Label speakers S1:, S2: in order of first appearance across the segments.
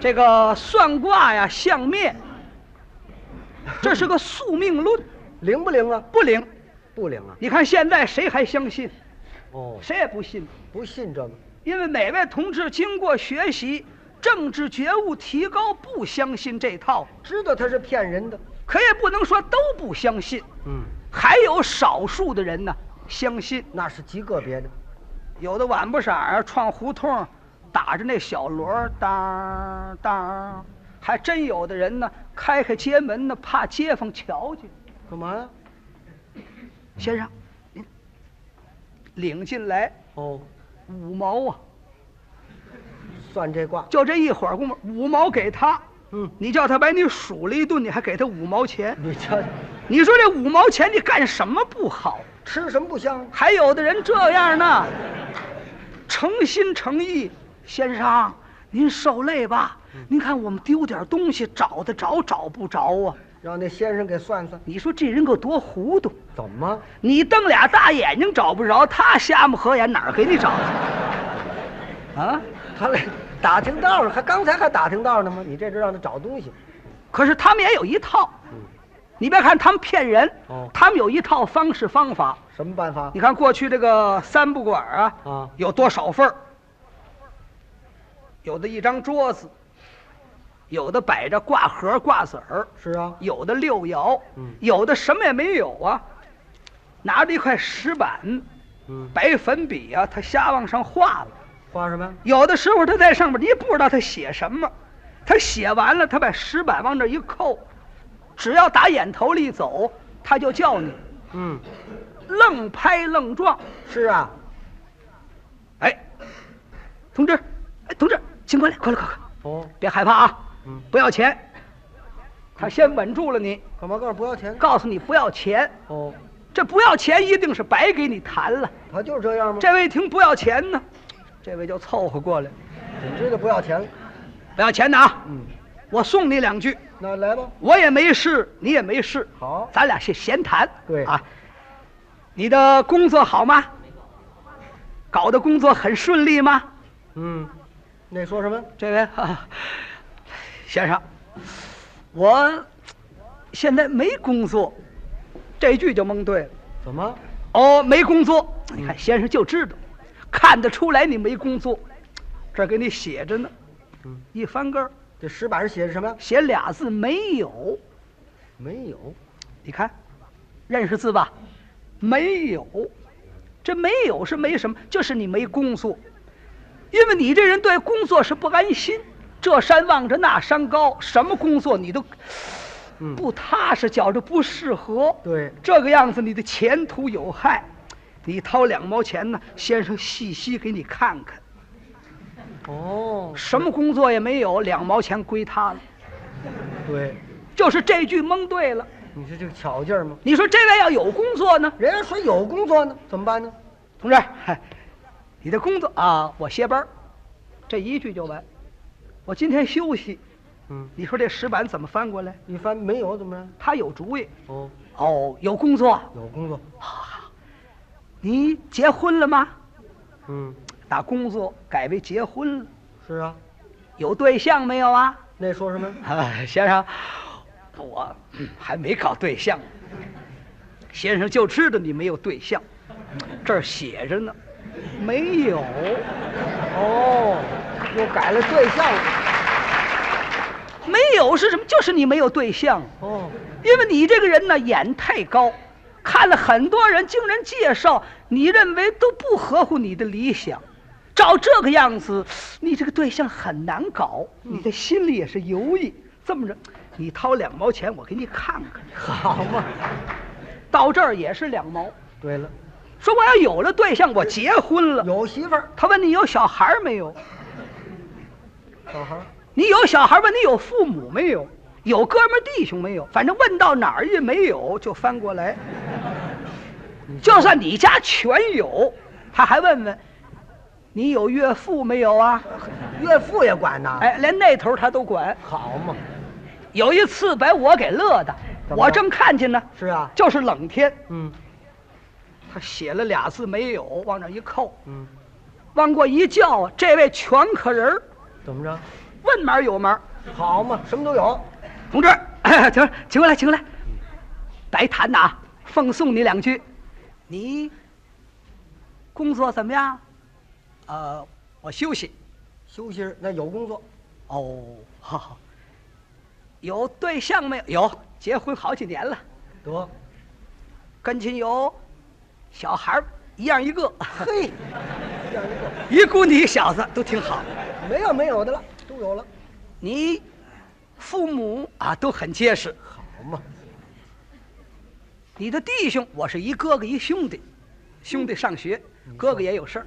S1: 这个算卦呀，相面，这是个宿命论，
S2: 灵不灵啊？
S1: 不灵。
S2: 不灵啊！
S1: 你看现在谁还相信？
S2: 哦，
S1: 谁也不信，
S2: 不信这个？
S1: 因为每位同志经过学习，政治觉悟提高，不相信这套。
S2: 知道他是骗人的。
S1: 可也不能说都不相信，
S2: 嗯，
S1: 还有少数的人呢相信，
S2: 那是极个别的。
S1: 有的晚不色儿闯胡同，打着那小锣儿当当，还真有的人呢开开街门呢，怕街坊瞧见。
S2: 干嘛呀？
S1: 先生，您领进来
S2: 哦，
S1: 五毛啊，
S2: 算这卦。
S1: 就这一会儿功夫，五毛给他。
S2: 嗯
S1: 你叫他把你数了一顿，你还给他五毛钱，
S2: 你瞧，
S1: 你说这五毛钱你干什么不好？
S2: 吃什么不香？
S1: 还有的人这样呢，诚心诚意，先生，您受累吧。您看我们丢点东西，找得着找不着啊？
S2: 让那先生给算算。
S1: 你说这人够多糊涂！
S2: 怎么？
S1: 你瞪俩大眼睛找不着，他瞎目合眼，哪儿给你找去？啊！
S2: 他来打听道儿了，还刚才还打听道儿呢吗？你这就让他找东西。
S1: 可是他们也有一套，
S2: 嗯，
S1: 你别看他们骗人，
S2: 哦
S1: 他们有一套方式方法。
S2: 什么办法
S1: 你？看过去这个三不管啊，
S2: 啊
S1: 有多少份儿？有的一张桌子，有的摆着挂盒挂子儿，
S2: 是啊，
S1: 有的六爻，
S2: 嗯
S1: 有的什么也没有啊，拿着一块石板，
S2: 嗯，
S1: 白粉笔啊，他瞎往上画了。
S2: 画什么呀？
S1: 有的时候他在上面，你也不知道他写什么，他写完了，他把石板往这一扣，只要打眼头里走，他就叫你，
S2: 嗯，
S1: 愣拍愣撞。
S2: 是啊，
S1: 哎，同志，哎，同志，请过来，快来，快快，
S2: 哦，
S1: 别害怕啊，
S2: 嗯
S1: 不要钱。他先稳住了你，
S2: 干嘛告诉不要钱？
S1: 告诉你不要钱，
S2: 哦，
S1: 这不要钱一定是白给你谈了。
S2: 他就是这样吗？
S1: 这位一听不要钱呢，这位就凑合过来，
S2: 你知道不要钱了？
S1: 不要钱的啊，
S2: 嗯，
S1: 我送你两句，
S2: 那来吧。
S1: 我也没事，你也没事，
S2: 好
S1: 咱俩是闲谈。
S2: 对
S1: 啊，你的工作好吗？搞的工作很顺利吗？
S2: 嗯，那说什么？
S1: 这位、啊、先生，我现在没工作，这句就蒙对了。
S2: 怎么？
S1: 哦，没工作，你看先生就知道，看得出来你没工作，这儿给你写着呢。
S2: 嗯，
S1: 一翻个儿
S2: 这石板上写着什么呀？
S1: 写俩字没有，
S2: 没有。
S1: 你看，认识字吧？没有，这没有是没什么，就是你没工作，因为你这人对工作是不安心，这山望着那山高，什么工作你都
S2: 嗯
S1: 不踏实，觉着不适合。
S2: 对
S1: 这个样子你的前途有害。你掏两毛钱呢，先生细细给你看看，
S2: 哦，
S1: 什么工作也没有，两毛钱归他了。
S2: 对，
S1: 就是这句蒙对了。
S2: 你说这个巧劲儿吗？
S1: 你说这位要有工作呢，
S2: 人家说有工作呢，怎么办呢？
S1: 同志， 嗨你的工作啊，我歇班儿，这一句就完。我今天休息，
S2: 嗯，
S1: 你说这石板怎么翻过来？
S2: 一翻没有怎么着？
S1: 他有主意
S2: 哦，
S1: 哦，有工作。
S2: 有工作。
S1: 你结婚了吗？
S2: 嗯，
S1: 打工作改为结婚了，
S2: 是啊。
S1: 有对象没有啊？
S2: 那说什么？
S1: 啊， 先生，我嗯还没搞对象呢。先生就知道你没有对象，这儿写着呢，没有。
S2: 哦，又改了对象了。
S1: 没有是什么？就是你没有对象。
S2: 哦，
S1: 因为你这个人呢，眼太高，看了很多人，经人介绍，你认为都不合乎你的理想。照这个样子，你这个对象很难搞，你的心里也是犹豫。这么着，你掏两毛钱，我给你看看。
S2: 好嘛。
S1: 到这儿也是两毛。
S2: 对了，
S1: 说我要有了对象，我结婚了。
S2: 有媳妇儿，
S1: 他问你有小孩没有？
S2: 小孩儿。
S1: 你有小孩问你有父母没有？有哥们儿弟兄没有？反正问到哪儿也没有，就翻过 来。就算你家全有，他还问问你有岳父没有啊？
S2: 岳父也管呐。，
S1: 哎，连那头他都管。
S2: 好嘛。
S1: 有一次把我给乐的，
S2: 怎么了
S1: 我正看见呢，
S2: 是啊。
S1: 就是冷天，
S2: 嗯
S1: 他写了俩字没有，往那一扣，
S2: 嗯，
S1: 往过一叫，这位全可人儿
S2: 怎么着？
S1: 问门儿有门儿。
S2: 好嘛，什么都有。
S1: 同志，请请过来，请过来。白谈呐、啊奉送你两句。你工作怎么样？呃，我休息。
S2: 休息儿那有工作，
S1: 哦，好好。有对象没有？有，结婚好几年了，
S2: 得，
S1: 跟前有小孩儿一样一个，
S2: 嘿，一样一个，
S1: 一姑你一小子都挺好。
S2: 没有没有的了，都有了。
S1: 你父母啊都很结实，
S2: 好嘛，
S1: 你的弟兄，我是一哥哥一兄弟，兄弟上学，哥哥也有事儿。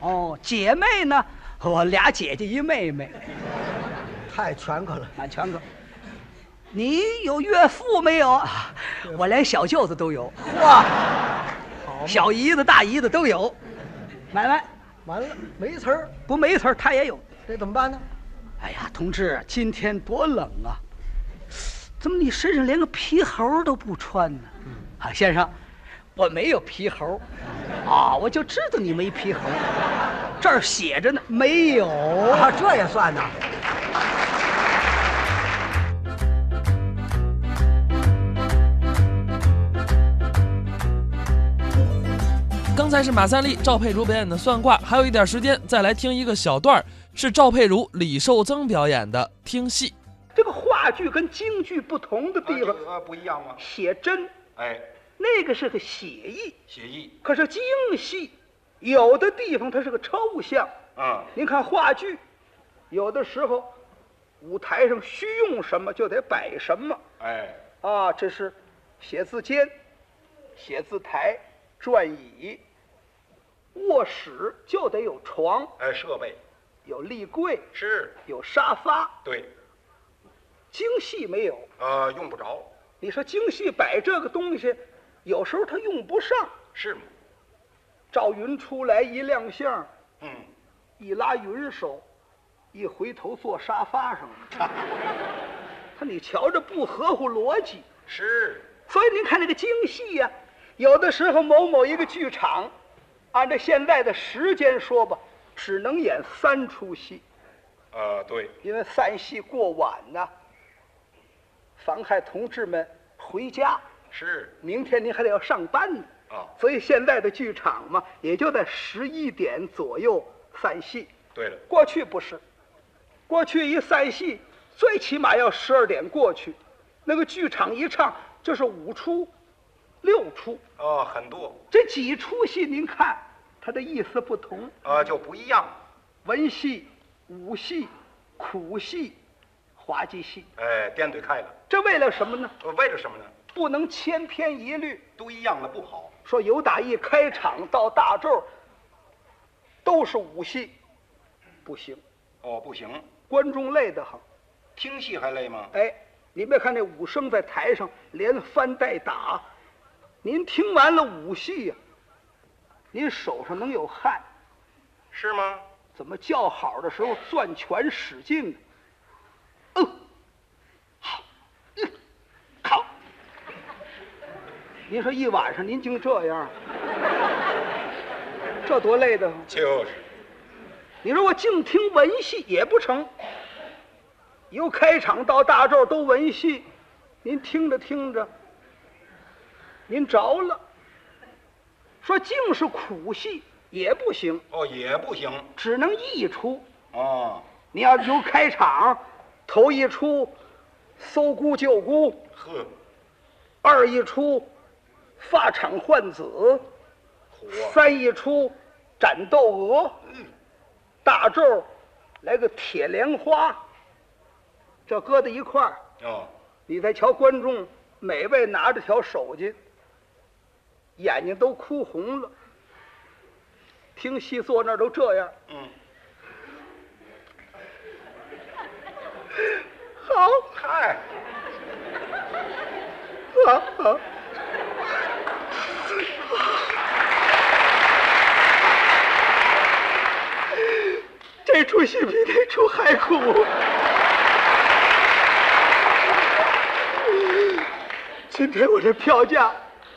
S1: 哦，姐妹呢？我俩姐姐一妹妹，
S2: 太全可了。
S1: 满全哥。你有岳父没有？啊我连小舅子都有，
S2: 哇，
S1: 小姨子、大姨子都有。买卖
S2: 完了没词儿，
S1: 不没词儿，他也有。
S2: 这怎么办呢？
S1: 哎呀，同志，今天多冷啊！怎么你身上连个皮猴都不穿呢？啊，先生，我没有皮猴，啊，我就知道你没皮猴，这儿写着呢，没有。
S2: 哦，这也算呐。
S3: 刚才是马三立、赵佩茹表演的《算卦》，还有一点时间，再来听一个小段儿，是赵佩茹、李寿增表演的《听戏》。
S1: 这个话剧跟京剧不同的地方，
S4: 呃不一样吗？
S1: 写真，
S4: 哎，
S1: 那个是个写意，
S4: 协议
S1: 可是京戏有的地方它是个抽象。
S4: 啊，
S1: 您看话剧，有的时候舞台上需用什么就得摆什么。
S4: 哎，
S1: 啊，这是写字间、写字台、转椅、卧室就得有床、
S4: 哎，设备
S1: 有立柜、
S4: 是，
S1: 有沙发。
S4: 对，
S1: 京戏没有，
S4: 啊，用不着，
S1: 你说京戏摆这个东西，有时候它用不上。
S4: 是吗？
S1: 赵云出来一亮相，
S4: 嗯，
S1: 一拉云手，一回头坐沙发上了。 他你瞧着不合乎逻辑。
S4: 是，
S1: 所以您看这个京戏呀、有的时候某某一个剧场，按照现在的时间说吧，只能演三出戏，
S4: 呃，对，
S1: 因为散戏过晚呐、妨害同志们回家。
S4: 是，
S1: 明天您还得要上班呢。
S4: 啊
S1: 所以现在的剧场嘛，也就在十一点左右散戏。
S4: 呃对了，
S1: 过去不是，过去一散戏最起码要十二点过去，那个剧场一唱就是五出、六出，
S4: 啊，很多，
S1: 这几出戏您看它的意思不同，
S4: 啊，就不一样，
S1: 文戏、武戏、苦戏、滑稽戏，
S4: 哎，颠对开了，
S1: 这为了什么呢？
S4: 呃为了什么呢？
S1: 不能千篇一律，
S4: 都一样的不好，
S1: 说由打一开场到大咒都是武戏，不行，
S4: 哦，不行，
S1: 观众累得很。
S4: 听戏还累吗？
S1: 哎，你别看这武生在台上连翻带打，您听完了武戏呀、您手上能有汗，
S4: 是吗？
S1: 怎么叫好的时候攥拳使劲呢？嗯，好，嗯，好。您说一晚上您竟这样，这多累的！哦
S4: 就是，
S1: 你说我净听文戏也不成，由开场到大咒都文戏，您听着听着，您着了。说净是苦戏也不行，
S4: 哦，也不行，
S1: 只能一出。
S4: 啊，
S1: 你要由开场头一出搜姑救姑，
S4: 呵，
S1: 二一出发场换子，
S4: 火，
S1: 三一出斩窦娥，大咒来个铁莲花，这搁在一块儿，
S4: 哦，
S1: 你再瞧观众，每位拿着条手巾，眼睛都哭红了。听戏坐那儿都这样，
S4: 嗯，
S1: 好，
S4: 嗨，
S1: 好，好。这出戏比那出还苦。今天我这票价，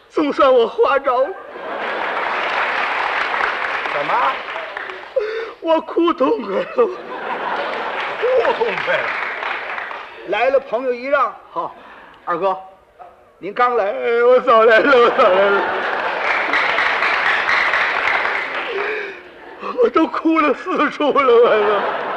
S1: 总算我花着了，
S4: 怎么？
S1: 我哭痛快了。痛快了。来了，朋友一让，好，二哥，您刚来，哎，我早来了，我早 来了，哎我都哭了四处了，我都。